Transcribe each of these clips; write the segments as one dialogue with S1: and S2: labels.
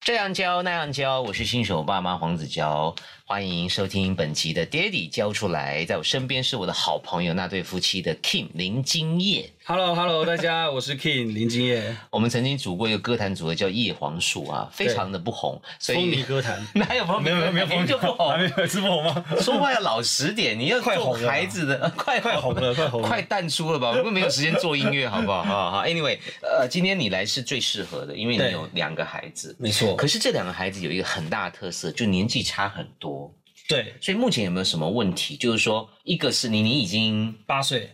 S1: 这样教那样教，我是新手爸妈黄子佼，欢迎收听本期的《爹地教出来》。在我身边是我的好朋友那对夫妻的 Kim 林金叶。
S2: Hello Hello，大家，我是 King 林金业，
S1: 我们曾经组过一个歌坛组合叫叶黄素啊，非常的不红，所
S2: 风
S1: 以
S2: 靡歌坛。
S1: 哪有 朋
S3: 没有没有 没有
S1: 就不
S3: 还
S1: 红。
S3: 没有吃不红吗？
S1: 说话要老实点，你要
S3: 快
S1: 做
S3: 红了
S1: 孩子的，快
S3: 快红 了，快红了！
S1: 快淡出了吧，我们没有时间做音乐，好不好？好好，Anyway，呃，今天你来是最适合的，因为你
S2: 对
S1: 有两个孩子。
S2: 没错
S1: 可，是这两个孩子有一个很大的特色，就年纪差很多。
S2: 对，
S1: 所以目前有没有什么问题？就是说，一个是你，你已经
S2: 八岁，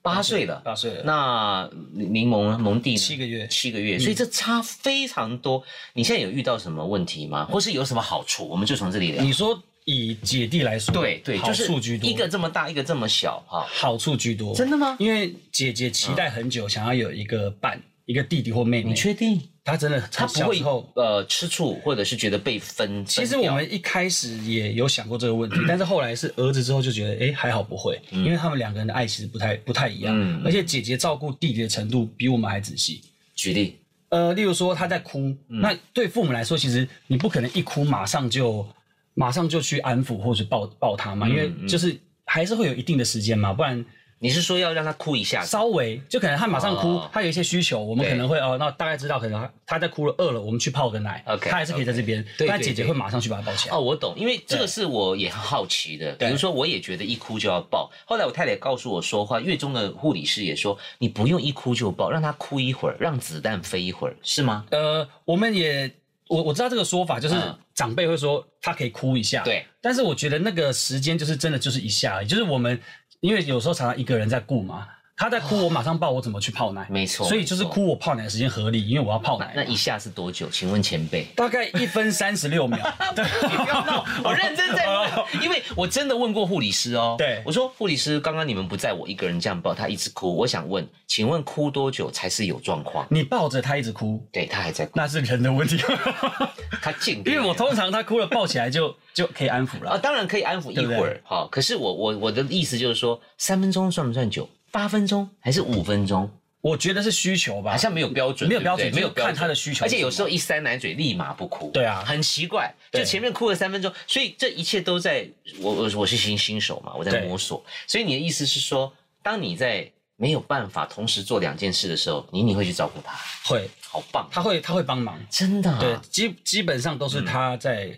S1: 八岁了，
S2: 八岁了，
S1: 那柠檬蒙蒂呢
S2: 七个月嗯
S1: 七个月，所以这差非常多。你现在有遇到什么问题吗？或是有什么好处？我们就从这里聊
S2: 你。说以姐弟来说，
S1: 对对，
S2: 好
S1: 就是
S2: 处居多，
S1: 一个这么大，一个这么小，哈，
S2: 好处居多，
S1: 真的吗
S2: 因为姐姐期待很久，想要有一个伴，一个弟弟或妹妹
S1: 你，确定？
S2: 她真的
S1: 他
S2: 她
S1: 嗯不
S2: 小
S1: 会
S2: 时候。
S1: 呃吃醋，或者是觉得被分。
S2: 其实
S1: 分
S2: 我
S1: 掉
S2: 们一开始也有想过这个 问题，但是后来是儿子之后就觉得，哎、还好不会，因为他们两个人的爱其实不太不太一样，
S1: 嗯
S2: 而且姐姐照顾弟弟的程度比我们还仔细。
S1: 举例，
S2: 呃，例如说他在哭，
S1: 嗯
S2: 那对父母来说，其实你不可能一哭马上就马上就去安抚或者抱抱他
S1: 嗯
S2: 嘛，因为就是还是会有一定的时间嘛，不然
S1: 你是说要让他哭一下？
S2: 稍微就可能他马上哭，
S1: 哦
S2: 他有一些需求，我们
S1: 对
S2: 可能会哦，那大概知道可能他他在哭了，饿了，我们去泡个奶
S1: OK，
S2: 他还是可以在这边
S1: OK
S2: 但
S1: 对
S2: 姐姐
S1: 对
S2: 会马上去把他抱起来。
S1: 哦，我懂，因为这个
S2: 对
S1: 是我也很好奇的。比
S2: 对
S1: 如说，我也觉得一哭就要抱。后来我太太告诉我说话，月中的护理师也说，你不用一哭就抱，让他哭一会儿，让子弹飞一会儿，是吗？
S2: 呃，我们也我我知道这个说法，就是
S1: 嗯
S2: 长辈会说他可以哭一下，
S1: 对。
S2: 但是我觉得那个时间就是真的就是一下而已，就是我们因为有时候常常一个人在顾嘛，他在哭，我马上抱，我怎么去泡奶？
S1: 没错
S2: 所以就是
S1: 没错
S2: 哭我泡奶的时间合理，因为我要泡奶
S1: 那
S2: 嘛。
S1: 一下是多久？请问前辈？
S2: 大概一分三十六秒，
S1: 你不要闹，我认真 在问，因为我真的问过护理师哦。
S2: 对
S1: 我说护理师，刚刚你们不在我一个人这样抱，他一直哭，我想问，请问哭多久才是有状况？
S2: 你抱着他一直哭，
S1: 对他还在哭，
S2: 那是人的 问题。
S1: 他进不
S2: 因
S1: 了，
S2: 为我通常他哭了抱起来就就可以安抚
S1: 啊，
S2: 了。
S1: 当然可以安抚一
S2: 对不对
S1: 会儿，好、可是我我我的意思就是说，三分钟算不算久？八分钟还是五分钟？
S2: 我觉得是需求吧，
S1: 好像没有标准，
S2: 没有
S1: 对不
S2: 标
S1: 对
S2: 准
S1: 没有
S2: 就是
S1: 标准
S2: 看他的需求
S1: 而且
S2: 是
S1: 有
S2: 什
S1: 时候一塞奶嘴立马不哭，
S2: 对啊
S1: 很奇怪，
S2: 对
S1: 就前面哭了三分钟，所以这一切都在我我我是新新手嘛，我在
S2: 对
S1: 摸索，所以你的意思是说，当你在没有办法同时做两件事的时候，你你会去照顾他，
S2: 会，
S1: 好棒，啊
S2: 他会他会帮忙。
S1: 真的、啊，嗯
S2: 对，基基本上都是他在，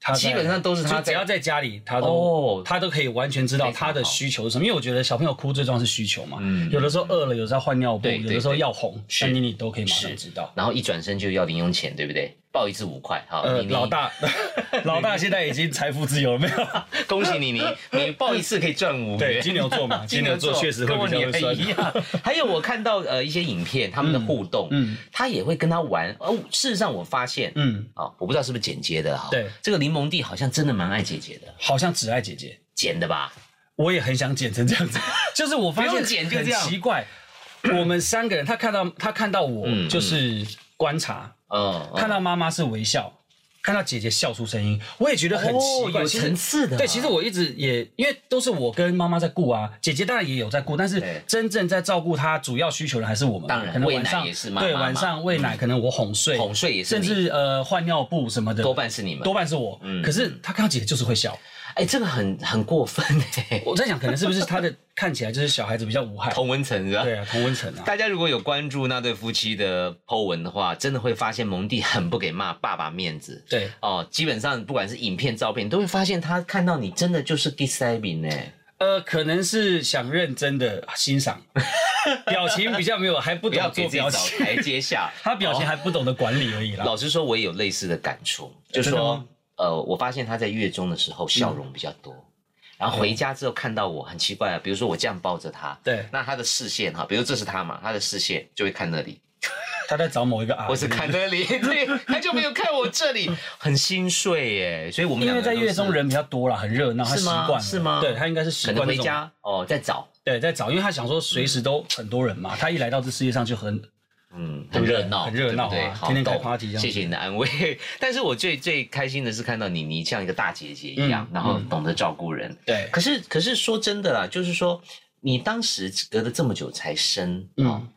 S2: 他在
S1: 基本上都是他在
S2: 就只要在家里，他
S1: 哦
S2: 都他都可以完全知道
S1: 非常好
S2: 他的需求是什么。因为我觉得小朋友哭最重要是需求嘛
S1: 嗯，
S2: 有的时候饿了，有的时候换尿布，
S1: 对对
S2: 有的时候要哄，
S1: 是
S2: 那你你都可以马上
S1: 是
S2: 知道。
S1: 然后一转身就要零用钱，对不对？报一次五块，好，
S2: 呃，
S1: 你你
S2: 老大， 老大现在已经财富自由了没有？
S1: 恭喜你，你你报一次可以赚五元。
S2: 对金牛 座嘛金牛座确实会
S1: 跟我
S2: 比较
S1: 女
S2: 会
S1: 儿
S2: 算
S1: 一样。 还有我看到呃一些影片，他们的互动，
S2: 嗯嗯
S1: 他也会跟他玩。哦，事实上我发现，
S2: 嗯，
S1: 哦，我不知道是不是剪接的哈。
S2: 对
S1: 这个柠檬弟好像真的蛮爱姐姐的，
S2: 好像只爱姐姐，
S1: 剪的吧？
S2: 我也很想剪成这样 子，就是我发
S1: 不
S2: 现
S1: 用剪就这样
S2: 很奇怪，我们三个人，他看到他看到我
S1: 嗯
S2: 就是观察，
S1: 嗯，嗯
S2: 看到妈妈是微笑，看到姐姐笑出声音，我也觉得很奇
S1: 哦
S2: 怪，
S1: 有
S2: 其实
S1: 层次的啊
S2: 对，其实我一直也因为都是我跟妈妈在顾啊，姐姐当然也有在顾，但是
S1: 对
S2: 真正在照顾她主要需求的还是我们。
S1: 当然
S2: 可能
S1: 喂
S2: 晚
S1: 奶
S2: 上
S1: 也是妈妈
S2: 对
S1: 嘛
S2: 晚上喂奶，可能我哄睡，
S1: 哄睡也是
S2: 甚
S1: 你
S2: 至呃换尿布什么的，
S1: 多半是你们嗯
S2: 多。半是我。可是她看到姐姐就是会笑，
S1: 哎，这个很很过分 哎，
S2: 我在想可能是不是她的看起来就是小孩子比较无害，
S1: 同文层是吧？
S2: 对啊，同温层 啊。
S1: 大家如果有关注那对夫妻的 Po 文的话，真的会发现蒙蒂很不给骂爸爸面子。
S2: 对
S1: 哦，基本上不管是影片、照片，都会发现他看到你真的就是第三名呢。
S2: 呃，可能是想认真的欣 赏，表情比较没有，还不
S1: 不
S2: 懂
S1: 要给
S2: 做
S1: 自己
S2: 表
S1: 找
S2: 情。。
S1: 台阶下
S2: 他表情还不懂得管理而已
S1: 哦、
S2: 啦。
S1: 老实说，我也有类似的感触，就
S2: 真的
S1: 说
S2: 吗
S1: 呃，我发现他在月中的时候笑容比较多。然后回家之后看到我很奇怪啊，比如说我这样抱着他，
S2: 对
S1: 那他的视线哈，比如这是他嘛，他的视线就会看那里，
S2: 他在找某一个啊阿姨，
S1: 或是看那 里，对，他就没有看我这里，很心碎耶。所以我们
S2: 因
S1: 两
S2: 为
S1: 个
S2: 在
S1: 都
S2: 月
S1: 是
S2: 中人比较多啦，很热闹，他
S1: 是
S2: 习
S1: 吗
S2: 惯了
S1: 是吗
S2: 对他应该是习
S1: 可
S2: 惯
S1: 能回
S2: 这种，
S1: 家哦再找，
S2: 对，在找，因为他想说随时都很多人嘛，他一来到这世界上就很
S1: 嗯，
S2: 对
S1: 很
S2: 不对
S1: 热闹，
S2: 很热闹啊
S1: 对不对好
S2: 天天开
S1: 懂
S2: party 这样
S1: 谢谢你的安慰。 但是我最最开心的是看到你，你像一个大姐姐一样，
S2: 嗯
S1: 然后懂得照顾人。
S2: 对
S1: 可是可是说真的啦，就是说。你当时隔了这么久才生啊、
S2: 嗯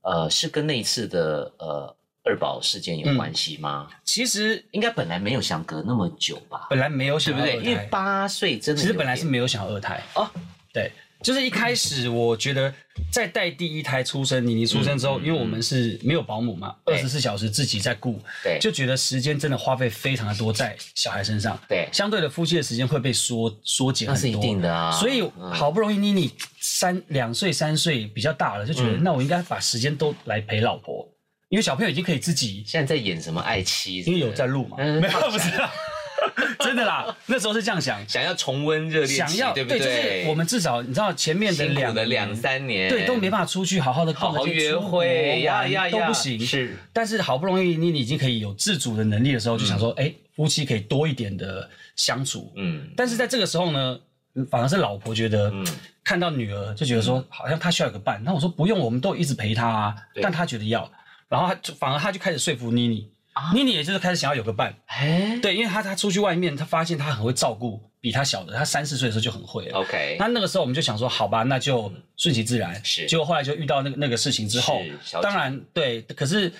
S1: 呃，是跟那一次的呃二宝事件
S2: 嗯
S1: 有关系吗？
S2: 其实
S1: 应该本来没有想隔那么久吧，
S2: 本来没有
S1: 对
S2: 想
S1: 不
S2: 要
S1: 对？
S2: 二
S1: 因为
S2: 胎
S1: 八岁真的
S2: 其实
S1: 有
S2: 本来是
S1: 点
S2: 没有想要二胎
S1: 哦，
S2: 对，就是一开始我觉得在带第一胎出生，妮妮出生之
S1: 嗯
S2: 后，
S1: 嗯
S2: 因为我们是没有保姆嘛，
S1: 对
S2: 二十四小时自己在顾，
S1: 对
S2: 就觉得时间真的花费非常的多在小孩身上，
S1: 对
S2: 相对的夫妻的时间会被缩缩减
S1: 那
S2: 很
S1: 是
S2: 多，
S1: 一定的啊，
S2: 所以
S1: 嗯
S2: 好不容易妮妮三两岁三岁比较大了，就觉得、
S1: 嗯
S2: 那我应该把时间都来陪老婆，因为小朋友已经可以自己，
S1: 现在在演什么爱妻？
S2: 因为有在录嘛，
S1: 嗯
S2: 没有不是啊， 真的啦，那时候是这样想，
S1: 想要重温热恋
S2: 想
S1: 期，
S2: 要
S1: 对不
S2: 就是我们至少你知道前面的
S1: 辛苦
S2: 两
S1: 了两
S2: 年
S1: 三年，
S2: 对都没办法出去好好的
S1: 好好约会，呀呀呀，
S2: 啊都不行。
S1: 是
S2: 但是好不容易妮妮已经可以有自主的能力的时候，就想说，哎、夫妻可以多一点的相处，
S1: 嗯
S2: 但是在这个时候呢，反而是老婆觉得、
S1: 嗯
S2: 看到女儿就觉得说，好像她需要有个伴。那我说不用，我们都一直陪她啊。
S1: 对
S2: 但她觉得要，然后她就反而她就开始说服妮妮
S1: 啊，
S2: 妮妮也就是开始想要有个伴。
S1: 哎
S2: 对，因为她她出去外面，她发现她很会照顾比她小的，她三四岁的时候就很会了。
S1: ，OK，
S2: 那那个时候我们就想说，好吧，那就顺其自然。
S1: 是
S2: 结果后来就遇到那个那个事情之后
S1: 是小，姐
S2: 当然对，可是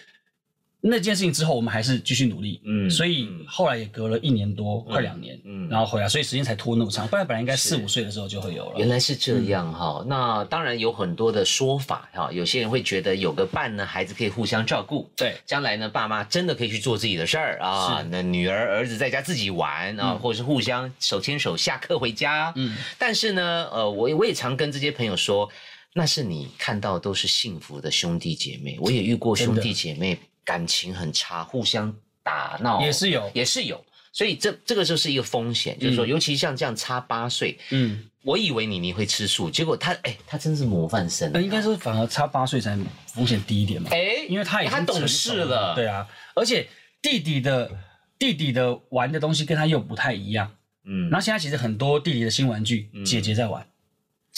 S2: 那件事情之后，我们还是继续努力。
S1: 嗯
S2: 所以
S1: 嗯
S2: 后来也隔了一年多，快两年，
S1: 嗯
S2: 然后回来，所以时间才拖那么长，不然本来应该
S1: 是
S2: 四五岁的时候就会有了。
S1: 原来是这样哈、
S2: 嗯
S1: 那当然有很多的说法哈，有些人会觉得有个伴呢，孩子可以互相照顾。
S2: 对，
S1: 将来呢，爸妈真的可以去做自己的事儿啊
S2: 是。
S1: 那女儿、儿子在家自己玩啊，
S2: 嗯
S1: 或者是互相手牵手下课回家。
S2: 嗯，
S1: 但是呢，呃，我也我也常跟这些朋友说，那是你看到都是幸福的兄弟姐妹，我也遇过
S2: 真的
S1: 兄弟姐妹感情很差，互相打闹
S2: 也是有，
S1: 也是有。所以这这个就是一个风险，就是说，
S2: 嗯
S1: 尤其像这样差八岁，
S2: 嗯，
S1: 我以为妮妮会吃素，结果她哎、她真是模范生。啊
S2: 呃应该说反而差八岁才风险低一点嘛，
S1: 哎、
S2: 因为他已经
S1: 她懂
S2: 成
S1: 事
S2: 熟
S1: 了，
S2: 对，啊，而且弟弟的弟弟的玩的东西跟他又不太一样，
S1: 嗯
S2: 然后现在其实很多弟弟的新玩具
S1: 嗯，
S2: 姐姐在玩。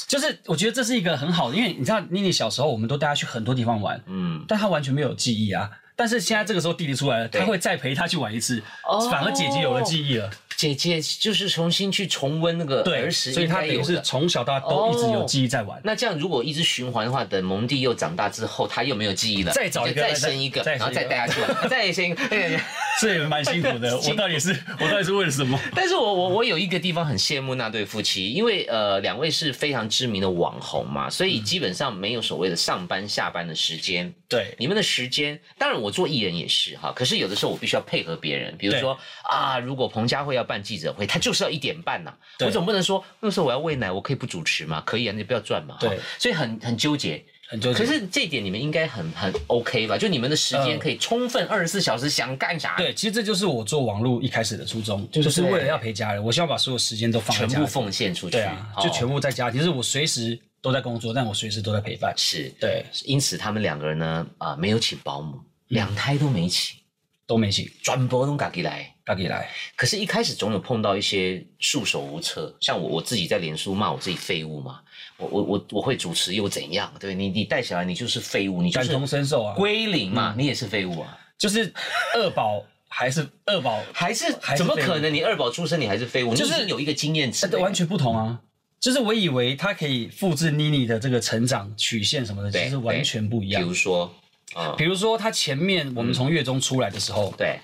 S2: 就是我觉得这是一个很好的，因为你知道妮妮小时候，我们都带她去很多地方玩，
S1: 嗯，
S2: 但她完全没有记忆啊。但是现在这个时候弟弟出来了，
S1: 对
S2: 他会再陪她去玩一次
S1: 哦，
S2: 反而姐姐有了记忆了。
S1: 姐姐就是重新去重温那个
S2: 对，
S1: 儿时
S2: 所以
S1: 应
S2: 她
S1: 该
S2: 等
S1: 有
S2: 于
S1: 的。哦
S2: 是从小到大都一直有记忆在玩。
S1: 那这样如果一直循环的话，等蒙蒂又长大之后，他又没有记忆了，
S2: 再找一个
S1: 你就再生一个，
S2: 再
S1: 然后再
S2: 再生一
S1: 带
S2: 个
S1: 他去 玩，再生一个。对对对
S2: 这也蛮辛 苦的。我到底是我到底是为了什么？
S1: 但是我我我有一个地方很羡慕那对夫妻，因为呃两位是非常知名的网红嘛，所
S2: 嗯
S1: 以基本上没有所谓的上班下班的时间。
S2: 对，
S1: 你们的时间，当然我做艺人也是哈，可是有的时候我必须要配合别人，比如说啊，如果彭佳慧要办记者会，他就是要一点半呐、
S2: 对
S1: 我总不能说那时候我要喂奶，我可以不主持嘛？可以啊，你不要赚嘛，哈
S2: 对，
S1: 所以很很纠结。
S2: 很纠
S1: 可
S2: 结。
S1: 是这一点你们应该很很 OK 吧？就你们的时间
S2: 呃
S1: 可以充分二十四小时，想干啥
S2: 对，其实这就是我做网络一开始的初衷，
S1: 对
S2: 就是为了要陪家人，我希望把所有时间都放在
S1: 全
S2: 家
S1: 部
S2: 里。
S1: 奉献出去，
S2: 对啊，就
S1: 哦
S2: 全部在家。其实我随时都在工作，但我随时都在陪伴。
S1: 是。
S2: 对，嗯
S1: 因此他们两个人呢，啊、没有请保姆，两胎都没请，
S2: 都没醒，
S1: 转播都赶紧来。
S2: 大以来。
S1: 可是，一开始总有碰到一些束手无策，像我我自己在脸书骂我自己废物嘛，我我我我会主持又怎样？对你你带小孩你就是废物，你就
S2: 感
S1: 是
S2: 同身受啊，
S1: 归零嘛，你也是废物啊，
S2: 就是二宝还是二宝，
S1: 还是
S2: 还是
S1: 怎么
S2: 废物
S1: 可能？你二宝出生你还是废物，
S2: 就是
S1: 你已经有一个经验值
S2: 呃，完全不同啊。就是我以为他可以复制妮妮的这个成长曲线什么的，
S1: 对
S2: 其实完全不一
S1: 比
S2: 样。
S1: 如说，啊、
S2: 比如说，他前面我们从月中出来的时候，
S1: 对，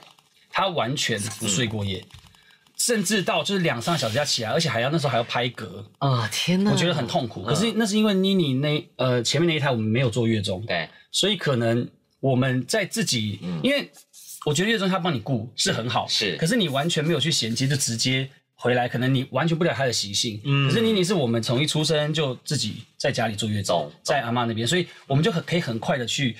S2: 他完全不睡过夜，甚至到就是两三个小时要起来，而且还要那时候还要拍嗝，
S1: 啊、天哪，
S2: 我觉得很痛苦。可是那是因为妮妮那呃前面那一胎我们没有做月中，
S1: 对，
S2: 所以可能我们在自己，因为我觉得月中他帮你顾是很好，
S1: 嗯是
S2: 可是你完全没有去衔接，就直接回来，可能你完全不了他的习性。
S1: 嗯
S2: 可是妮妮是我们从一出生就自己在家里坐月
S1: 懂
S2: 中，在阿妈那边，所以我们就很可以很快的去。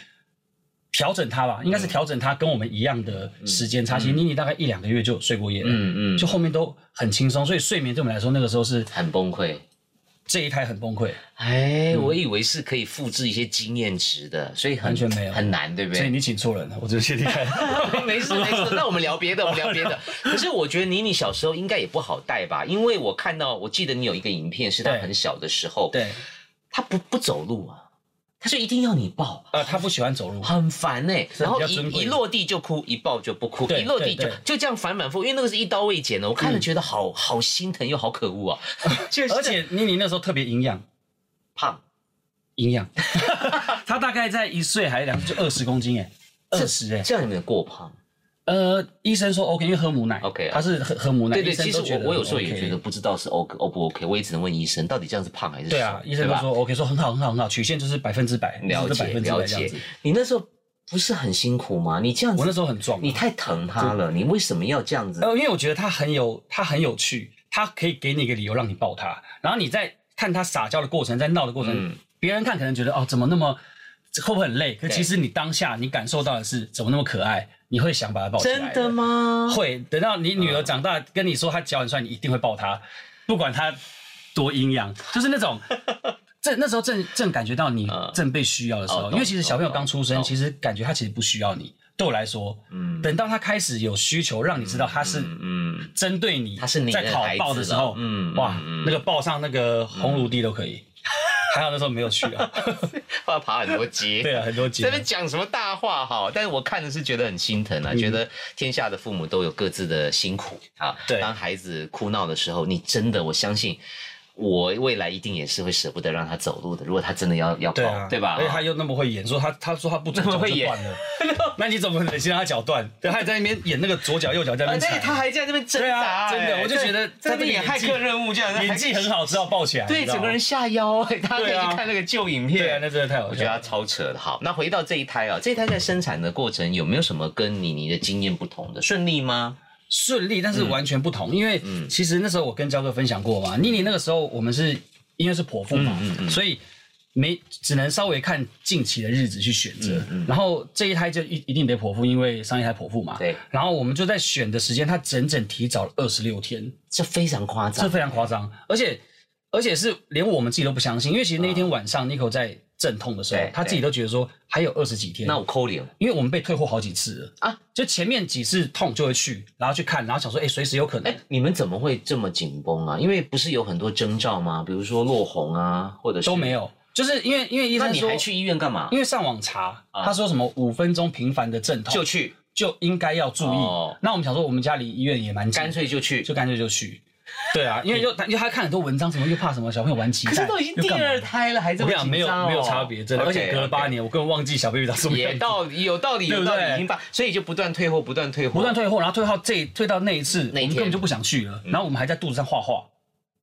S2: 调整他吧，
S1: 嗯
S2: 应该是调整他跟我们一样的时间差。其实妮妮大概一两个月就睡过夜了，
S1: 嗯嗯，
S2: 就后面都很轻松，所以睡眠对我们来说那个时候是
S1: 很崩溃。
S2: 这一胎很崩溃。
S1: 哎，我以为是可以复制一些经验值的，所以很
S2: 完全没有
S1: 很难，对不对？
S2: 所以你请错人了，我真是 厉害。
S1: 没事没事，那我们聊别的，我们聊别 的。可是我觉得妮妮小时候应该也不好带吧，因为我看到，我记得你有一个影片是她
S2: 对
S1: 很小的时候，
S2: 对，
S1: 她不不走路啊，她就一定要你抱，
S2: 呃，他不喜欢走路，
S1: 很烦呢、
S2: 是
S1: 然后
S2: 比较
S1: 一
S2: 尊贵
S1: 一落地就哭，一抱就不哭，
S2: 对
S1: 一落地就
S2: 对对嗯
S1: 就这样反反复，因为那个是一刀未剪的，我 看了觉得好好心疼又好可恶啊，就是
S2: 而且妮妮那时候特别营养，
S1: 胖，
S2: 营养。他大概在一岁还两岁就二十公斤哎、
S1: 这
S2: 二十哎。
S1: 这样有没有过胖？
S2: 呃，医生说 OK，因为喝母奶
S1: OK，啊
S2: 他是喝喝母奶。
S1: 对对，
S2: 医生
S1: 其实
S2: 都觉
S1: 我
S2: 得
S1: 我有时候也
S2: OK
S1: 觉得不知道是 O O 不 OK，我也只能问医生到底这样是胖还是
S2: 对啊
S1: 瘦，
S2: 医生
S1: 对
S2: 都
S1: 吧
S2: 说 OK，说很好很好很好，曲线就是百分之百，
S1: 了
S2: 就是
S1: 解
S2: 百分之
S1: 了
S2: 百这样
S1: 解
S2: 子。。
S1: 你那时候不是很辛苦吗？你这样子，
S2: 我那时候很壮啊，
S1: 你太疼他了，你为什么要这样子？
S2: 呃，因为我觉得他很有他很有趣，他可以给你一个理由让你抱他，然后你在看他撒娇的过程，在闹的过程，
S1: 嗯
S2: 别人看可能觉得哦怎么那么这会不会很累？可
S1: 对
S2: 其实你当下你感受到的是怎么那么可爱，你会想把他抱起来。
S1: 真的？吗？
S2: 会，等到你
S1: 嗯
S2: 女儿长大跟你说她脚很酸，你一定会抱她，不管她多阴阳，就是 那种。正那时候正正感觉到你
S1: 嗯
S2: 正被需要的时
S1: 哦
S2: 候，
S1: 懂
S2: 因为其实小朋友
S1: 懂懂
S2: 刚出生，
S1: 懂
S2: 其实感觉他其实不需要你。对我来说，
S1: 嗯
S2: 等到他开始有需求，让你知道他是
S1: 嗯嗯
S2: 针对你，
S1: 他是你的
S2: 在讨抱的时候
S1: 孩子了，嗯
S2: 哇
S1: 嗯嗯，
S2: 那个抱上那个红炉地都可以。还好那时候没有去 啊，
S1: 要爬很多阶。
S2: 对啊，很多
S1: 这
S2: 节
S1: 边讲什么大话哈？但是我看的是觉得很心疼啊，
S2: 嗯
S1: 觉得天下的父母都有各自的辛苦啊。
S2: 对
S1: 当孩子哭闹的时候，你真的我相信，我未来一定也是会舍不得让他走路的。如果他真的要要
S2: 对啊
S1: 跑，，对吧？
S2: 而且他又那么会演，说他他说他不左
S1: 那
S2: 脚
S1: 么会
S2: 就
S1: 演
S2: 断了， 那你怎么可能先让他脚断？对，他还在那边演那个左脚右脚在那
S1: 而
S2: 边
S1: 且他
S2: 踩，
S1: 还哎在那边挣
S2: 对
S1: 扎、
S2: 啊，真的，
S1: 哎
S2: 我就觉得
S1: 在
S2: 他
S1: 那边演骇客任务这样，
S2: 演技很好，只好抱起来，
S1: 对
S2: 你知道
S1: 整
S2: 吗
S1: 个人下腰哎、大家可以
S2: 对啊
S1: 去看那个旧影
S2: 对啊，
S1: 片。
S2: 那真的太好
S1: 我觉
S2: 笑
S1: 得他
S2: 了。
S1: 超扯的。好，那回到这一胎啊，这一胎在生产的过程有没有什么跟你你的经验不同的？顺利吗？
S2: 顺利，
S1: 嗯
S2: 但是完全不同，因为其实那时候我跟焦哥分享过嘛，妮妮那个时候我们是因为是剖腹嘛，
S1: 嗯嗯嗯
S2: 所以没只能稍微看近期的日子去选择，
S1: 嗯嗯
S2: 然后这一胎就一一定得剖腹，因为上一胎剖腹嘛，
S1: 对，
S2: 然后我们就在选的时间，它整整提早了二十六天，
S1: 这非常夸
S2: 这
S1: 张。
S2: 非常夸张，而且而且是连我们自己都不相信，因为其实那一天晚上 Nico 在阵痛的时候
S1: 对，
S2: 他自己都觉得说还有二十几天，
S1: 那我扣脸
S2: 因为我们被退货好几次了
S1: 啊
S2: 啊，就前面几次痛就会去，然后去看，然后想说，哎、随时有可能。
S1: 哎、你们怎么会这么紧绷啊？因为不是有很多征兆吗？比如说落红啊，或者是
S2: 都没。有，就是因为因为医
S1: 那
S2: 生
S1: 你
S2: 说
S1: 还，去医院干嘛
S2: 因？为上网查，
S1: 啊
S2: 他说什么五分钟频繁的阵痛
S1: 就去，
S2: 就应该要注意
S1: 哦。
S2: 那我们想说，我们家离医院也蛮近
S1: 干，脆就去。
S2: 就干脆就去。对啊，因为又因为他看很多文章，什么又怕什么小朋友玩脐
S1: 可是
S2: 带，
S1: 都已经
S2: 又
S1: 第
S2: 干嘛
S1: 二胎了，还
S2: 我
S1: 这么
S2: 跟你讲，
S1: 紧
S2: 没有
S1: 张哦
S2: 没有差别，真的，而
S1: OK，
S2: 且隔了
S1: OK
S2: 八年，我根本忘记小 baby 长什么样
S1: 也
S2: 子。
S1: 道理有道理，有道
S2: 对不
S1: 理，
S2: 对
S1: 已经把，所以就不断退货，不断退货，
S2: 不断退货，然后退到这退到那一次，我
S1: 那一
S2: 们
S1: 天嗯
S2: 根本就不想去了。然后我们还在肚子上画画，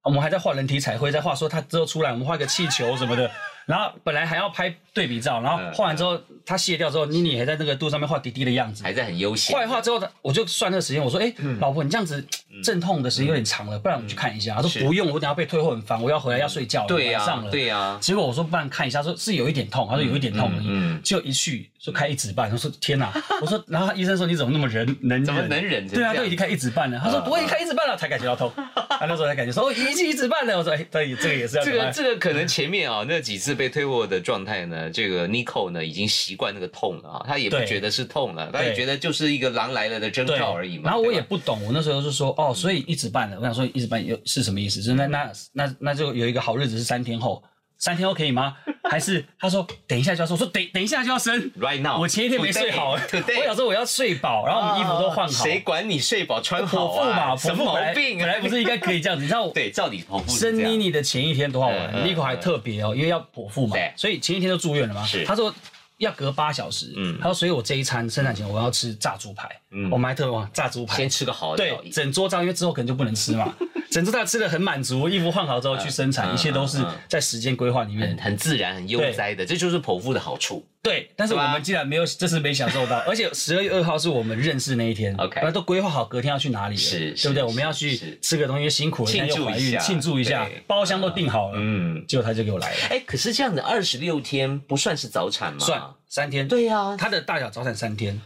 S2: 我们还在画人体彩绘，在画说他之后出来，我们画个气球什么 的。然后本来还要拍对比照，
S1: 嗯
S2: 然后画完之后他卸掉之后，妮妮还在那个肚子上面画滴滴的样子。
S1: 还嗯在很悠闲。
S2: 画一画之后，我就算那个时间，我说：“哎、老婆，你这样子阵痛的时间有点长了，不然我们去看一下。”她
S1: 嗯是
S2: 说：“不用，我等下被退货很烦，我要回来要睡觉了，
S1: 对呀、
S2: 晚上了。”
S1: 对呀、啊，
S2: 结果我说不然看一下，说是有一点痛，他说有一点痛而
S1: 嗯
S2: 已，
S1: 嗯
S2: 结果一去就开一指半，我说天哪，我说，然后医生说你怎么那么忍能忍
S1: 怎么能忍成这
S2: 对啊，
S1: 样
S2: 都已经开一指半了，他说
S1: 嗯
S2: 不会开一指半了才感觉到痛，他那时候才感觉说哦已经一指半了，我说哎，对，这个也是要
S1: 这
S2: 赶快
S1: 个这个可能前面啊、那几次被退货的状态呢，这个 Nico 呢已经习惯那个痛了啊，他也不
S2: 对
S1: 觉得是痛了，他也
S2: 对
S1: 觉得就是一个狼来了的征
S2: 对
S1: 兆而已嘛。
S2: 然后我也
S1: 对吧
S2: 不懂，我那时候就说哦，所以一指半了，我想说一指半有是什么意思？就是那那那那就有一个好日子是三天后。三天后可以吗？还是他说等一下就要生？我说等等一下就要生
S1: Right now，
S2: 我前一天没睡好，
S1: today，today
S2: 我想说我要睡饱，然后我们衣服都换
S1: 啊
S2: 好。
S1: 谁管你睡饱穿好
S2: 剖腹
S1: 啊？
S2: 嘛，
S1: 什
S2: 剖
S1: 么
S2: 腹本
S1: 毛
S2: 来
S1: 病、啊？。
S2: 本来不是应该可以这样子，你知道
S1: 对，照理剖腹是
S2: 生
S1: 这
S2: 妮
S1: 样。
S2: 妮的前一天多好
S1: 嗯
S2: 玩
S1: 嗯
S2: ，Nico 还特别哦，因为要剖腹嘛
S1: 对，
S2: 所以前一天就住院了嘛
S1: 是。
S2: 他说要隔八小时，
S1: 嗯
S2: 他说所以我这一餐生产前我要吃炸猪排，
S1: 嗯
S2: 我们还特别哇炸猪排
S1: 先，吃个好的，
S2: 对，整桌炸，因为之后可能就不能吃 嘛，整桌炸吃的很满足，衣服换好之后去
S1: 嗯
S2: 生
S1: 嗯
S2: 产，一切都是
S1: 嗯嗯
S2: 在时间规划里面
S1: 很。很自然、很悠哉的，这就是剖腹的好处。
S2: 对，但是
S1: 对
S2: 我
S1: 吧
S2: 们竟然没有，这次没享 受到，而且十二月二号是我们认识那一天
S1: OK
S2: 那都规划好隔天要去哪里了，
S1: 是是
S2: 对不对？我们要
S1: 是
S2: 去吃个东西，辛苦了，
S1: 庆
S2: 人家
S1: 祝
S2: 又怀
S1: 一下
S2: 孕，庆祝一下
S1: 对，
S2: 包厢都订好了，
S1: 嗯，
S2: 结果他就给我来了，
S1: 哎，可是这样子二十六天不算是早产吗？
S2: 算。三天，
S1: 对啊呀，
S2: 他的大小早产三天，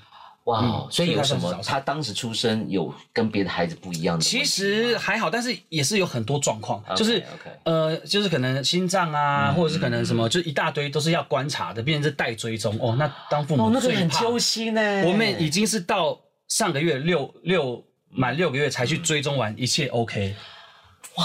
S1: 哇哦，
S2: 嗯
S1: 所以有什
S2: 所以
S1: 么
S2: 他算是早？产
S1: 他当时出生有跟别的孩子不一样的问题吗？
S2: 其实还好，但是也是有很多状况
S1: OK，，
S2: 就是
S1: OK 嗯
S2: 呃，就是可能心脏啊，或者是可能什么，就一大堆都是要观察的，变成是待追踪哦。那当父
S1: 哦
S2: 母，
S1: 那个
S2: 最
S1: 很
S2: 怕
S1: 揪心呢。
S2: 我们已经是到上个月六六满六个月才去追踪完，一切 OK。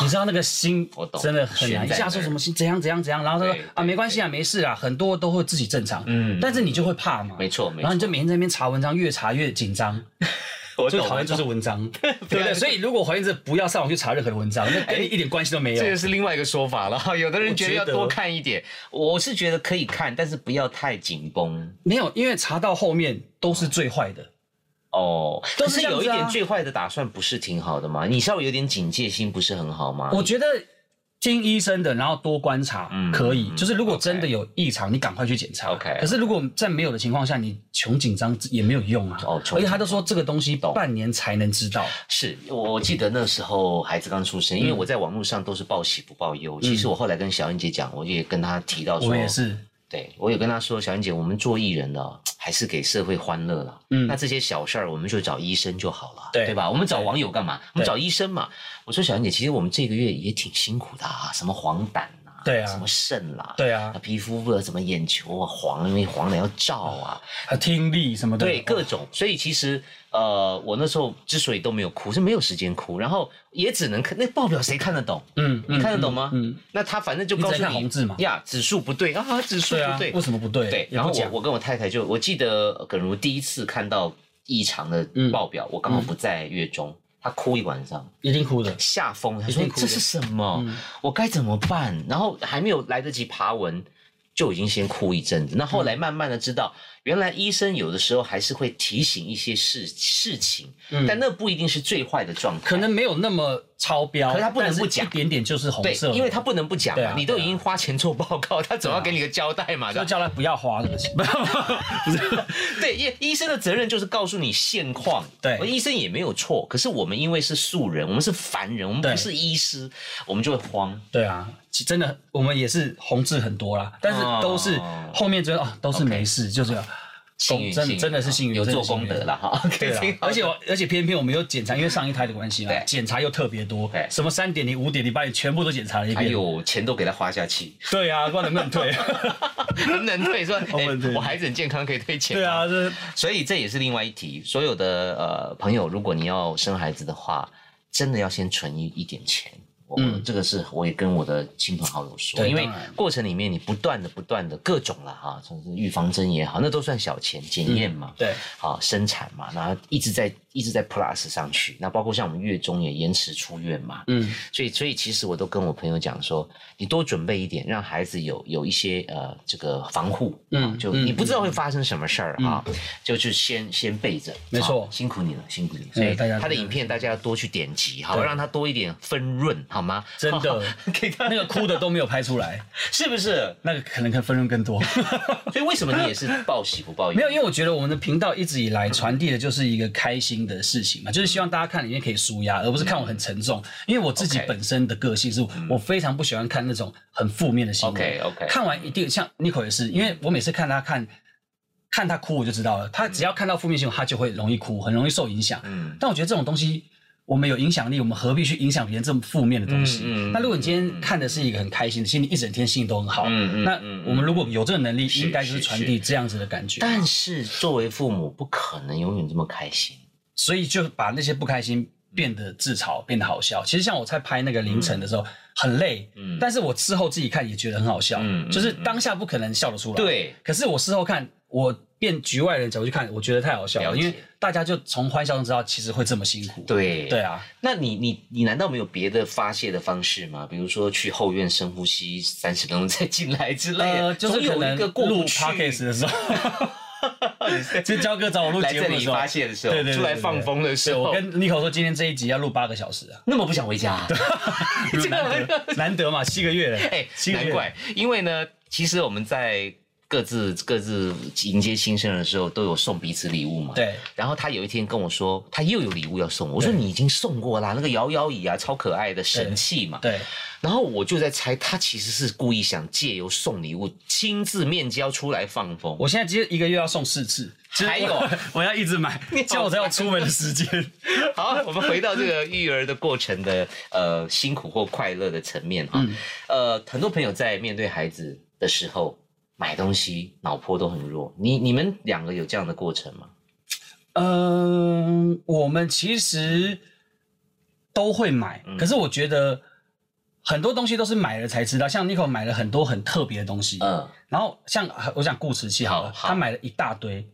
S2: 你知道那个心
S1: 我懂
S2: 真的很
S1: 悬
S2: 难，一
S1: 在
S2: 下
S1: 那
S2: 说
S1: 儿
S2: 什么心怎样怎样怎样，然后他说
S1: 对
S2: 啊
S1: 对
S2: 没关系啊没事啊，很多都会自己正常，
S1: 嗯
S2: 但是你就会怕嘛，
S1: 没错没错
S2: 然后你就每天在那边查文章，越查越紧张，
S1: 我
S2: 最
S1: 懂啊
S2: 讨厌就是文 章，对不对？所以如果怀孕这不要上网去查任何的文章，那跟
S1: 哎
S2: 你一点关系都没
S1: 这
S2: 有
S1: 个。是另外一个说 法了哈。有的人觉得要多看一点，我是觉得可以看，但是不要太紧绷
S2: 没有，因为查到后面都是最坏的。
S1: 哦。
S2: 都
S1: 可
S2: 是
S1: 是
S2: 这样子
S1: 有
S2: 啊
S1: 一点最坏的打算，不是挺好的吗？你稍微有点警戒心，不是很好吗？
S2: 我觉得听医生的，然后多观察
S1: 嗯
S2: 可以。
S1: 嗯
S2: 就是如果真的
S1: OK
S2: 有异常，你赶快去检查。
S1: OK
S2: 可是如果在没有的情况下，你穷紧张也没有用啊。
S1: 哦穷
S2: 而且他都说这个东西半年才能知道。
S1: 是我我记得那时候孩子刚出生，
S2: 嗯
S1: 因为我在网络上都是报喜不报忧。其实我后来跟小燕姐讲，我也跟她提到说，
S2: 我也是，
S1: 对我有跟她说，小燕姐，我们做艺人呢、还是给社会欢乐了。
S2: 嗯
S1: 那这些小事儿，我们就找医生就好了，
S2: 对
S1: 吧？我们找网友干嘛？我们
S2: 对
S1: 找医生嘛。我说小燕姐，其实我们这个月也挺辛苦的啊，什么黄疸啊，
S2: 对啊
S1: 什么肾啦、
S2: 对啊
S1: 那，皮肤不知道什么眼球啊黄，因为黄了要照啊，
S2: 还有听力什么的。
S1: 对各种，所以其实呃，我那时候之所以都没有哭，是没有时间哭，然后也只能看那报表，谁看得懂？
S2: 嗯，嗯
S1: 你看得懂吗？
S2: 嗯，嗯
S1: 那他反正就
S2: 你只
S1: 告
S2: 能
S1: 诉你
S2: 看红字嘛
S1: 呀，指数不对啊，指数
S2: 对啊
S1: 不对，，
S2: 为什么不对？
S1: 对，
S2: 也
S1: 然
S2: 不
S1: 后我
S2: 讲。嗯
S1: 我跟我太太就，我记得呃耿如第一次看到异常的报表，我刚好不在月中，她哭一晚上，
S2: 一定哭的。
S1: 吓疯，她
S2: 一
S1: 说
S2: 嗯定哭
S1: 这
S2: 的
S1: 是什么？
S2: 嗯
S1: 我该怎么办？然后还没有来得及爬文，就已经先哭一阵子。那后来慢慢的知道，原来医生有的时候还是会提醒一些事事情，
S2: 嗯
S1: 但那不一定是最坏的状态，
S2: 可能没有那么超标，
S1: 可是他不能不讲
S2: 但是一点点就是红
S1: 对
S2: 色，的，
S1: 因为他不能不讲
S2: 对
S1: 嘛，
S2: 啊
S1: 你都
S2: 对
S1: 已
S2: 啊
S1: 经花钱做报告，他总要给你个交代嘛，对
S2: 就
S1: 吧
S2: 叫他不要花这个 钱。不是，
S1: 对，医医生的责任就是告诉你现况。哦
S2: 对
S1: 而医生也没有错。可是我们因为是素人，我们是凡人，我们
S2: 对
S1: 不是医师，我们就会慌。
S2: 对啊，其真的我们也是红字很多啦，但是都是、
S1: 哦
S2: 后面真的哦都是没事，就这样。
S1: 幸运，
S2: 真
S1: 幸
S2: 的
S1: 运啊
S2: 真的是幸运，
S1: 有
S2: 真的
S1: 做
S2: 是幸
S1: 功
S2: 运
S1: 德了。哈。
S2: 对
S1: OK，
S2: 啊
S1: 挺，好
S2: 而且
S1: 的
S2: 我而且偏偏我们有检查，因为上一胎的关系嘛
S1: 对，
S2: 检查又特别多
S1: 对，
S2: 什么三点零、五点零、八点全部都检查了一
S1: 还
S2: 遍。
S1: 有哎钱都给他花下去，
S2: 对啊，不知道能不能退。
S1: 能不能退？说，
S2: 不
S1: 哎
S2: 能退，
S1: 我孩子很健康，可以退钱。
S2: 哦对啊，，这
S1: 所以这也是另外一题。所有的呃朋友，如果你要生孩子的话，真的要先存一一点钱。我、
S2: 嗯
S1: 这个是我也跟我的亲朋好友说，
S2: 对
S1: 因为
S2: 当然
S1: 过程里面你不断的不断的各种了哈，像是预防针也好，那都算小钱，检验嘛，
S2: 嗯对
S1: 好生产嘛，然后一直在一直在 plus 上去。那包括像我们月中也延迟出院嘛，
S2: 嗯，
S1: 所以，所以其实我都跟我朋友讲说，你多准备一点，让孩子有有一些呃这个防护，
S2: 嗯
S1: 啊就
S2: 嗯
S1: 你不知道会发生什么事儿啊，就去先先备着。
S2: 没错哎
S1: 啊辛苦你了，辛苦你了。所以
S2: 大家
S1: 他的影片大家要多去点击，好，
S2: 对
S1: 让他多一点分润， 好吗？
S2: 真的
S1: 给他
S2: 那个哭的都没有拍出来，
S1: 是不是？
S2: 那个可能看分润更多。
S1: 所以为什么你也是报喜不报忧？
S2: 没有，因为我觉得我们的频道一直以来传递的就是一个开心的事情嘛，就是希望大家看里面可以舒压，而不是看我很沉重。因为我自己
S1: OK 嗯
S2: 本身的个性是我非常不喜欢看那种很负面的新闻。
S1: OK，OK
S2: 看完一定像 n i c o 也是，因为我每次看他看看他哭，我就知道了，他只要看到负面新闻，他就会容易哭，很容易受影响。
S1: 嗯，
S2: 但我觉得这种东西。我们有影响力，我们何必去影响别人这么负面的东西？
S1: 嗯嗯
S2: 那如果你今
S1: 嗯
S2: 天看的是一个很开心的，心情一整天心情都很好，
S1: 嗯嗯
S2: 那
S1: 嗯
S2: 我们如果有这个能力，
S1: 是
S2: 应该就是
S1: 是
S2: 传
S1: 是
S2: 递这样子的感觉。
S1: 但是作为父母，不可能永远这么开心。
S2: 所以就把那些不开心变得自嘲，变得好笑。其实像我在拍那个凌晨的时候，很累，
S1: 嗯
S2: 但是我事后自己看也觉得很好笑，
S1: 嗯嗯
S2: 就是当下不可能笑得出来，，
S1: 对，
S2: 可是我事后看，我变局外人角度去看，我觉得太好笑
S1: 了
S2: 了，
S1: 解
S2: 因为大家就从欢笑中知道其实会这么辛苦，
S1: 对，
S2: 对啊，
S1: 那你你你难道没有别的发泄的方式吗？比如说去后院深呼吸三十分钟再进来之类的，
S2: 呃，就是
S1: 总
S2: 可
S1: 有
S2: 能
S1: 一个过不
S2: 录
S1: 去。
S2: podcast 的时候。 就焦哥找我 录
S1: 来
S2: 节
S1: 这
S2: 目的
S1: 里
S2: 时候，
S1: 发泄的时候，
S2: 对对对对
S1: 出来放风的时
S2: 对
S1: 候，
S2: 我跟 Nico 说今天这一集要录八个小时啊，
S1: 那么不想回家， 这个
S2: 难得难得嘛，七个月了，
S1: 哎，
S2: 七个月
S1: 难怪，因为呢，其实我们在各自各自迎接新生的时候，都有送彼此礼物嘛。。
S2: 对，
S1: 然后他有一天跟我说，他又有礼物要送我。我说
S2: 对
S1: 你已经送过啦，那个摇摇椅啊，超可爱的神器嘛。
S2: 对，
S1: 然后我就在猜，他其实是故意想借由送礼物亲自面交出来放风。
S2: 我现在接一个月要送四次，就是我
S1: 还有
S2: 我要一直买，这样我才有出门的时间。
S1: 好，我们回到这个育儿的过程的呃辛苦或快乐的层面哈。
S2: 嗯
S1: 呃，很多朋友在面对孩子的时候买东西脑波都很弱，你你们两个有这样的过程吗？
S2: 嗯，我们其实都会买，可是我觉得很多东西都是买了才知道，像 Nico 买了很多很特别的东西，
S1: 嗯，
S2: 呃然后像我讲固齿器好了，
S1: 好好
S2: 他买了一大堆，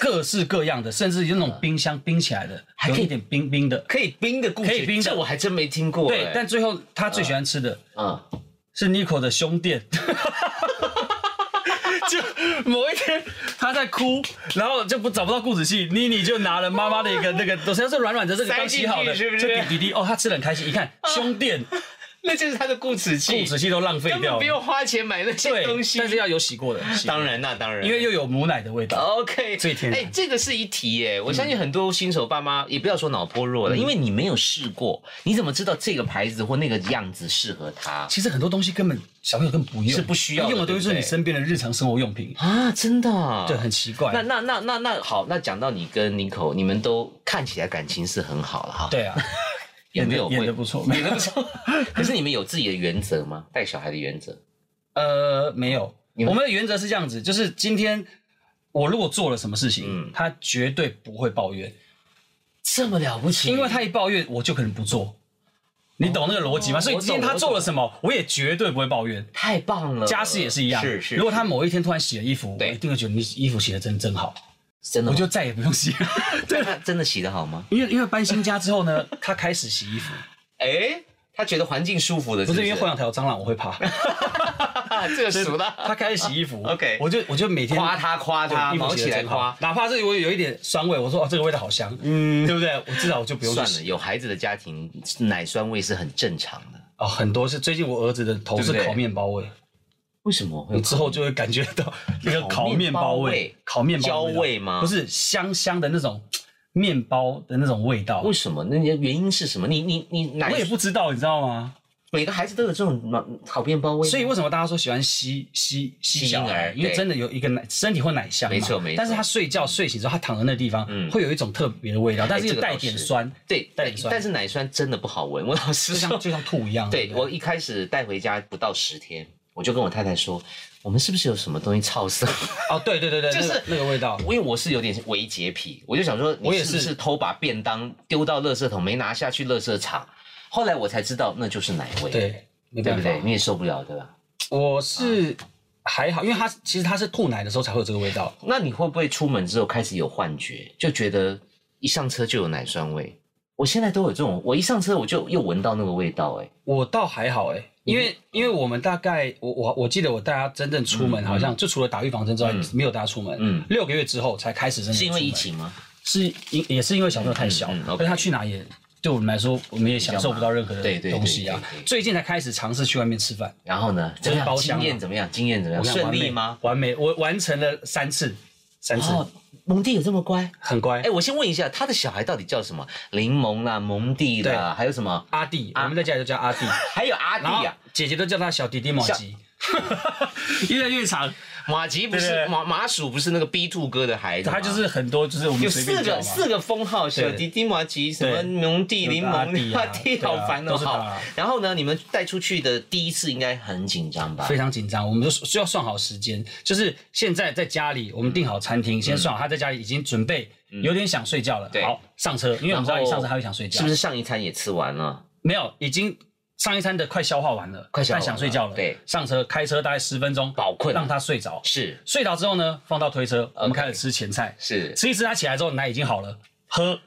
S2: 各式各样的，甚至有那种冰箱冰起来的，
S1: 嗯还
S2: 有
S1: 可以
S2: 一点冰冰的。
S1: 可以冰的故事，
S2: 可以冰的
S1: 这我还真没听过、
S2: 对
S1: 哎，
S2: 但最后他最喜欢吃的
S1: 嗯，
S2: 是 Nico 的胸垫。 就某一天他在哭，然后就不找不到固子器，妮妮就拿了妈妈的一个那个，好像是软软的这个
S1: 塞
S2: 刚
S1: 进
S2: 洗好的，
S1: 去是不是
S2: 就给弟弟哦，他吃的很开心。一看胸垫、
S1: 那就是他的固齿
S2: 固
S1: 器，
S2: 子器都浪费
S1: 根本
S2: 掉
S1: 不
S2: 了，
S1: 用花钱买那些
S2: 对
S1: 东，西。
S2: 但是要有洗过的，洗过
S1: 当然啦、当然，
S2: 因为又有母奶的味道。
S1: OK，
S2: 最天然嗯
S1: 哎，这个是一题耶，我相信很多新手爸妈也不要说脑波弱了，因为你没有试过，你怎么知道这个牌子或那个样子适合他
S2: 其实很多东西根本小朋友根本不用，
S1: 是不需要的
S2: 用的东西是
S1: 对
S2: 你
S1: 不对
S2: 身边的日常生活用品，
S1: 啊？真的啊
S2: 嗯对，很奇怪。
S1: 那那那那那好，那讲到你跟 n i c o 你们都看起来感情是很好了哈。，
S2: 对啊，
S1: 有没有
S2: 演
S1: 会
S2: 的不错，
S1: 演的不错。可是你们有自己的原则吗？带小孩的原则？
S2: 呃，没有，
S1: 你们
S2: 我们的原则是这样子，就是今天我如果做了什么事情，
S1: 嗯
S2: 他绝对不会抱怨，
S1: 这么了不起？
S2: 因为他一抱怨，我就可能不做。你懂那个逻辑吗？
S1: 哦
S2: 所以
S1: 我懂
S2: 今天他
S1: 我
S2: 做了
S1: 懂
S2: 什么，我也绝对不会抱怨。
S1: 太棒了，
S2: 家事也是一样，
S1: 是是。
S2: 如果他
S1: 是
S2: 某一天突然洗了衣服，我
S1: 对
S2: 一定会觉得你衣服洗的真真好，
S1: 真的
S2: 我
S1: 吗，
S2: 就再也不用洗 了。对，
S1: 那真的洗得好 吗？
S2: 因为因为搬新家之后 呢，他开始洗衣服，
S1: 哎，他觉得环境舒服的，
S2: 不
S1: 是
S2: 是因为后阳台有蟑螂我会怕，
S1: 这个熟了，
S2: 他开始洗衣服
S1: OK
S2: 我就我就每天
S1: 夸他夸他，
S2: 对衣服
S1: 毛
S2: 洗
S1: 起
S2: 得
S1: 来
S2: 真好
S1: 夸。
S2: 哪怕是我有一点酸味，我说哦这个味道好香，嗯，对不对？我至少我就不用去
S1: 算
S2: 洗
S1: 了，有孩子的家庭奶酸味是很正常的。
S2: 哦，很多是最近我儿子的头
S1: 对
S2: 是
S1: 不对嗯
S2: 烤面包味，
S1: 为什么会
S2: 你之后就会感觉到那个烤面包味、
S1: 烤
S2: 烤
S1: 面
S2: 面
S1: 包
S2: 包
S1: 味
S2: 的
S1: 焦味吗
S2: 不是香香的那种面包的那种味道，
S1: 为什么？那你的原因是什么？你你你奶
S2: 我也不知道，你知道吗？
S1: 每个孩子都有这种脑烤面包味吗，
S2: 所以为什么大家说喜欢吸吸吸
S1: 吸
S2: 小
S1: 婴
S2: 孩
S1: 儿？
S2: 因为
S1: 对
S2: 真的有一个奶身体会奶香嘛，
S1: 没错没错
S2: 但是他睡觉睡醒之后，他躺在那地方
S1: 嗯哎
S2: 会有一种特别的味道，但是
S1: 这
S2: 又
S1: 个倒
S2: 带点
S1: 是
S2: 酸，
S1: 对，
S2: 带
S1: 但
S2: 点酸
S1: 但是奶酸真的不好闻。我老实
S2: 就
S1: 说
S2: 像，就像吐一样。
S1: 对
S2: 不
S1: 我一开始带回家不到十天，我就跟我太太说，我们是不是有什么东西操色？
S2: 哦，对对对对，
S1: 就是
S2: 那个那个味道。
S1: 因为我是有点微洁癖，我就想说，
S2: 我也
S1: 是不
S2: 是
S1: 是偷把便当丢到垃圾桶，没拿下去垃圾场。后来我才知道那就是奶味，
S2: 对，没
S1: 对
S2: 办
S1: 不
S2: 法，
S1: 对？你也受不了，对吧？
S2: 我是还好，因为它其实它是吐奶的时候才会有这个味道。
S1: 那你会不会出门之后开始有幻觉，就觉得一上车就有奶酸味？我现在都有这种，我一上车我就又闻到那个味道、哎，
S2: 我倒还好哎、
S1: 嗯
S2: 因为因为我们大概我我我记得我大家真正出门好像就除了打预防针之外
S1: 嗯
S2: 没有大家出门，
S1: 嗯
S2: 六个月之后才开始真的
S1: 是因为疫，情吗？
S2: 是因也是因为小朋友太小
S1: 嗯嗯嗯，
S2: 而
S1: OK
S2: 且他去哪也对我们来说我们也享受不到任何
S1: 对对
S2: 的
S1: 对
S2: 东西啊
S1: 对对对。
S2: 最近才开始尝试去外面吃饭，
S1: 然后呢？怎么样？
S2: 包
S1: 经
S2: 厢啊
S1: 验怎么样？经验怎么
S2: 我
S1: 样？
S2: 看
S1: 顺
S2: 完美
S1: 利吗？？
S2: 完美，我完成了三次，三次
S1: 哦，蒙蒂有这么乖？
S2: 很乖
S1: 哎，。我先问一下，他的小孩到底叫什么？柠檬啦，蒙蒂啦，还有什么？
S2: 阿弟，我们在家里就叫阿弟。
S1: 还有啊阿
S2: 然后
S1: 弟啊，
S2: 姐姐都叫他小弟弟马吉， 越来越长。
S1: 马吉不
S2: 对
S1: 是
S2: 对对
S1: 马马鼠不是那个 B two 哥的孩子吗，
S2: 他就是很多，就是我
S1: 有
S2: 们随
S1: 四
S2: 便叫
S1: 个
S2: 嘛。
S1: 四个封号，小迪迪马吉什么
S2: 对
S1: 蒙蒂、柠
S2: 有
S1: 檬、
S2: 个
S1: 阿
S2: 阿
S1: 弟
S2: 弟啊，
S1: 好烦哦。
S2: 对啊都是他
S1: 好，然后呢，你们带出去的第一次应该很紧张吧
S2: 非？常紧张，我们就需要算好时间，就是现在在家里，我们订好餐厅，先算好他在家里已经准备，有点想睡觉了
S1: 嗯对。
S2: 好，上车，因为我们知道一上车他会想睡觉，
S1: 是不是上一餐也吃完了？
S2: 没有，已经上一餐的快消化完了，
S1: 快消化
S2: 但想睡觉了。
S1: 对
S2: 上车开车大概十分钟，
S1: 饱困
S2: 让他睡着。
S1: 是
S2: 睡着之后呢，放到推车，我们开始吃前菜，
S1: 是，
S2: 吃一吃，他起来之后奶已经好了，喝，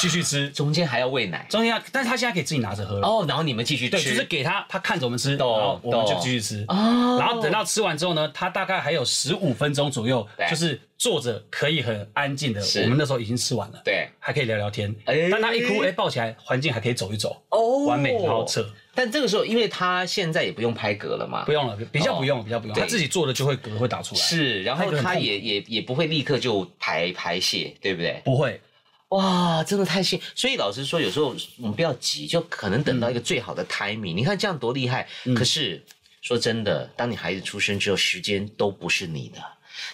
S2: 继续吃，
S1: 中间还要喂奶
S2: 中间要，但是他现在可以自己拿着喝了。
S1: 哦，然后你们继续
S2: 对，就是
S1: 吃
S2: 给他，他看着我们吃，然
S1: 懂
S2: 后我们就
S1: 懂
S2: 继续吃。
S1: 哦
S2: 然后等到吃完之后呢，他大概还有十五分钟左右
S1: 对，
S2: 就是坐着可以很安静的
S1: 是。
S2: 我们那时候已经吃完了，
S1: 对
S2: 还可以聊聊天。
S1: 哎
S2: 但他一哭，哎，抱起来，环境还可以走一走，
S1: 哦
S2: 完美，然后撤，
S1: 但这个时候，因为他现在也不用拍嗝了嘛，
S2: 不用了，比较
S1: 哦
S2: 不用，比较不用，
S1: 对
S2: 他自己做的就会嗝会打出来，
S1: 是，然
S2: 拍
S1: 后
S2: 嗝很
S1: 他
S2: 痛
S1: 也也也不会立刻就排排泄，对不对？
S2: 不会。
S1: 哇，真的太幸，所以老实说，有时候我们不要急，就可能
S2: 嗯
S1: 等到一个最好的 timing、你看这样多厉害，可是说真的，当你孩子出生之后，时间都不是你的。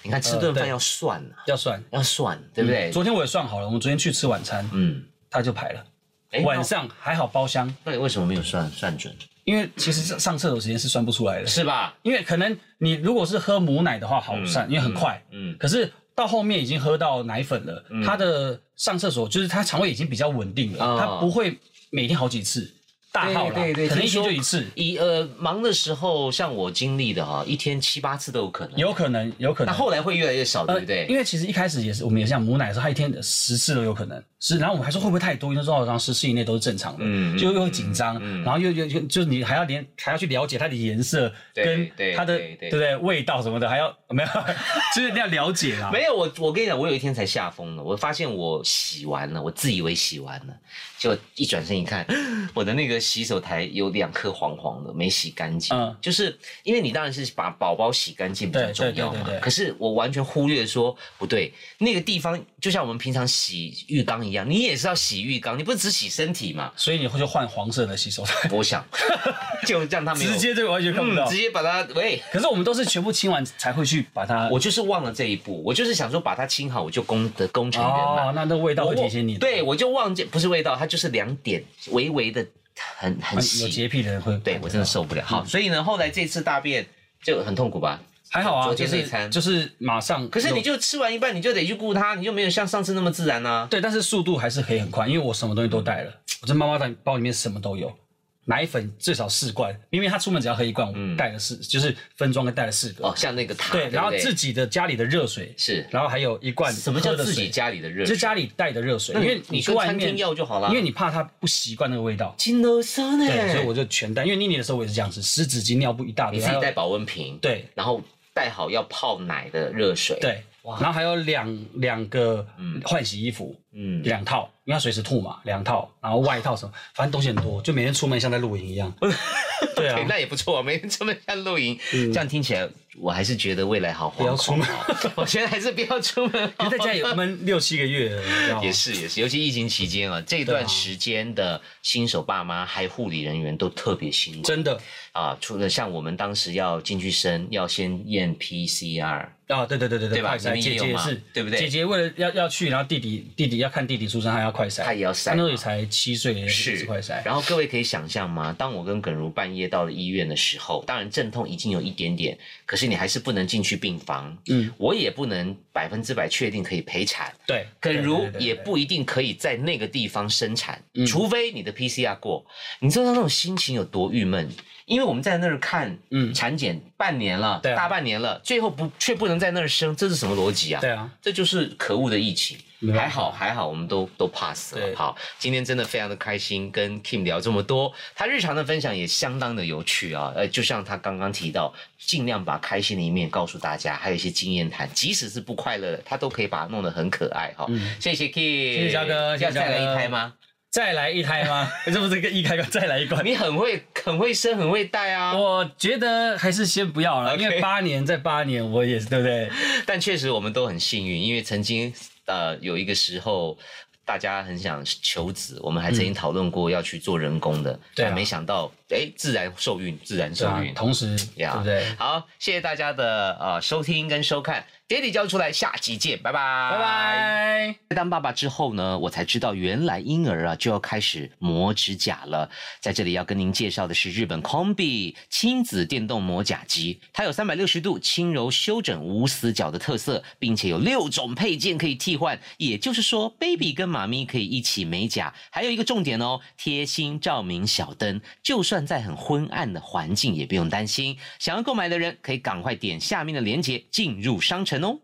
S1: 你看吃顿
S2: 呃对嗯
S1: 饭要算啊，
S2: 要算，
S1: 要算，对不对？
S2: 昨天我也算好了，我们昨天去吃晚餐，
S1: 嗯，
S2: 他就排了。
S1: 哎
S2: 晚上还好包厢，
S1: 那那你为什么没有算算准？
S2: 因为其实上厕所时间是算不出来的。
S1: 是吧？
S2: 因为可能你如果是喝母奶的话好算，因为很快，
S1: 嗯
S2: 嗯，可是到后面已经喝到奶粉了，他的上厕所就是他肠胃已经比较稳定了，
S1: 哦
S2: 他不会每天好几次，大号啦，
S1: 对对对
S2: 可能一
S1: 听说
S2: 天就一次，
S1: 一呃忙的时候，像我经历的哈，一天七八次都有可能。
S2: 有可能，有可
S1: 那
S2: 能。
S1: 后来会越来越少，对不对？
S2: 呃因为其实一开始也是，我们也像母奶的时候，它一天十次都有可能。是，然后我们还说会不会太多？因为说好像十次以内都是正常的，
S1: 嗯嗯嗯
S2: 就又会紧张，然后又又又就是你还要连还要去了解它的颜色
S1: 对
S2: 跟
S1: 对
S2: 它的
S1: 对对
S2: 不对味道什么的，还要没有， 就是要了解啦。
S1: 没有我，我跟你讲，我有一天才吓疯了。我发现我洗完了，我自以为洗完了，就一转身一看，我的那个洗手台有两颗黄黄的，没洗干净。
S2: 嗯
S1: 就是因为你当然是把宝宝洗干净比较
S2: 对
S1: 重要
S2: 对
S1: 嘛
S2: 对对对。
S1: 可是我完全忽略说不对，那个地方就像我们平常洗浴缸一样，你也是要洗浴缸，你不是只洗身体嘛？
S2: 所以你会就换黄色的洗手台，
S1: 我 想就让他们
S2: 直接这个完全看不到
S1: 嗯，。直接把它喂。
S2: 可是我们都是全部清完才会去把它。
S1: 我就是忘了这一步，我就是想说把它清好，我就功德功成圆满。
S2: 哦，那那味道会提醒你的。
S1: 对，我就忘记，不是味道，它就是两点，微微的，很
S2: 嗯，
S1: 很
S2: 有
S1: 细。
S2: 洁癖的人会。
S1: 对我真的受不了。好，
S2: 嗯
S1: 所以呢，后来这次大便就很痛苦吧？
S2: 还好啊，
S1: 昨
S2: 就
S1: 天那
S2: 是
S1: 餐
S2: 就是马上。
S1: 可是你就吃完一半，你就得去顾它，你就没有像上次那么自然啊啦、
S2: 对，但是速度还是可以很快，因为我什么东西都带
S1: 嗯
S2: 了，我这妈妈袋包里面什么都有，奶粉至少四罐，因为她出门只要喝一罐，我带了四，就是分装跟带了四
S1: 嗯
S2: 个。
S1: 哦，像那个塔，
S2: 对，
S1: 对，
S2: 然后
S1: 不对
S2: 自己的家里的热水，
S1: 是
S2: 然后还有一罐
S1: 什么叫
S2: 喝的
S1: 自己
S2: 水，
S1: 家里的热
S2: 就
S1: 水？
S2: 家里带的热水，
S1: 那
S2: 因
S1: 你
S2: 为你
S1: 你
S2: 去
S1: 跟
S2: 外
S1: 餐
S2: 面
S1: 厅要就好啦
S2: 因为你怕她不习惯那个味道。
S1: 金牛色呢？
S2: 对，所以我就全带，因为妮妮的时候我也是这样子，湿纸巾、尿布一大堆，
S1: 你自
S2: 还
S1: 己
S2: 有
S1: 带保温瓶，，
S2: 对
S1: 然后带好要泡奶的热水，，
S2: 对，
S1: 哇
S2: 然后还有两两个换洗衣服，
S1: 嗯，
S2: 两套，因为他随时吐嘛，两套，然后外套什么，反正东西很多，就每天出门像在露 营一样。对啊嗯
S1: 对，，那也不错，每天专门看露营，这样听起来，我还是觉得未来好
S2: 不要
S1: 惶
S2: 出
S1: 恐
S2: 门。
S1: 哦。 我现在还是不要出门好
S2: 你在家 也 闷六七个月了，你知道吗
S1: 也是也是，尤其疫情期间啊，这段时间的新手爸妈还有护理人员都特别辛苦
S2: 真的
S1: 啊。除了像我们当时要进去生，要先验 PCR，
S2: 啊，对对对对
S1: 对吧
S2: 快筛
S1: 你们
S2: 姐
S1: 也有
S2: 姐也
S1: 嘛
S2: 是，
S1: 对不对
S2: 姐姐为了要要去，然后弟弟弟弟要看弟弟出生，还要快筛，
S1: 他也要
S2: 她
S1: 筛
S2: 那时候
S1: 嘛
S2: 也。才七岁，也是快筛。
S1: 然后各位可以想象吗？当我跟耿如半夜到了医院的时候，当然阵痛已经有一点点，可是你还是不能进去病房，
S2: 嗯，
S1: 我也不能百分之百确定可以陪产。
S2: 对，
S1: 耿如
S2: 对对对
S1: 也
S2: 对
S1: 不一定可以在那个地方生产，
S2: 嗯
S1: 除非你的 PCR 过。你知道那种心情有多郁闷？因为我们在那儿看
S2: 嗯
S1: 产检半年了，
S2: 对啊
S1: 大半年了，最后不却不能在那儿生，这是什么逻辑啊？
S2: 对啊，
S1: 这就是可恶的疫情
S2: 没。办法
S1: 还好还好，我们都都 pass
S2: 对
S1: 了。好，今天真的非常的开心，跟 Kim 聊这么多，他日常的分享也相当的有趣啊。呃，就像他刚刚提到，尽量把开心的一面告诉大家，还有一些经验谈，即使是不快乐的，他都可以把它弄得很可爱哈。
S2: 嗯
S1: 谢谢 Kim，
S2: 谢谢嘉哥谢
S1: 要
S2: 谢嘉
S1: 再
S2: 哥
S1: 来一胎吗？
S2: 再来一胎吗？ 这不是跟一开关再来 一关？
S1: 你很会很会生，很会带啊。
S2: 我觉得还是先不要了，因为
S1: OK
S2: 八年再八年，我也是对不对？
S1: 但确实我们都很幸运，因为曾经呃有一个时候。大家很想求子，我们还曾经讨论过要去做人工的，
S2: 对啊
S1: 但没想到哎，自然受孕，自然受
S2: 对啊
S1: 孕，
S2: 同时
S1: 呀
S2: 对不对？
S1: 好，谢谢大家的呃收听跟收看，爹地教出来，下集见，拜拜，
S2: 拜
S1: 拜。
S2: 拜。
S1: 当爸爸之后呢，我才知道原来婴儿啊就要开始磨指甲了。在这里要跟您介绍的是日本 Combi 亲子电动磨甲机，它有三百六十度轻柔修整无死角的特色，并且有六种配件可以替换，也就是说，baby 跟妈咪可以一起美甲。还有一个重点哦，贴心照明小灯，就算在很昏暗的环境也不用担心。想要购买的人可以赶快点下面的链接进入商城哦。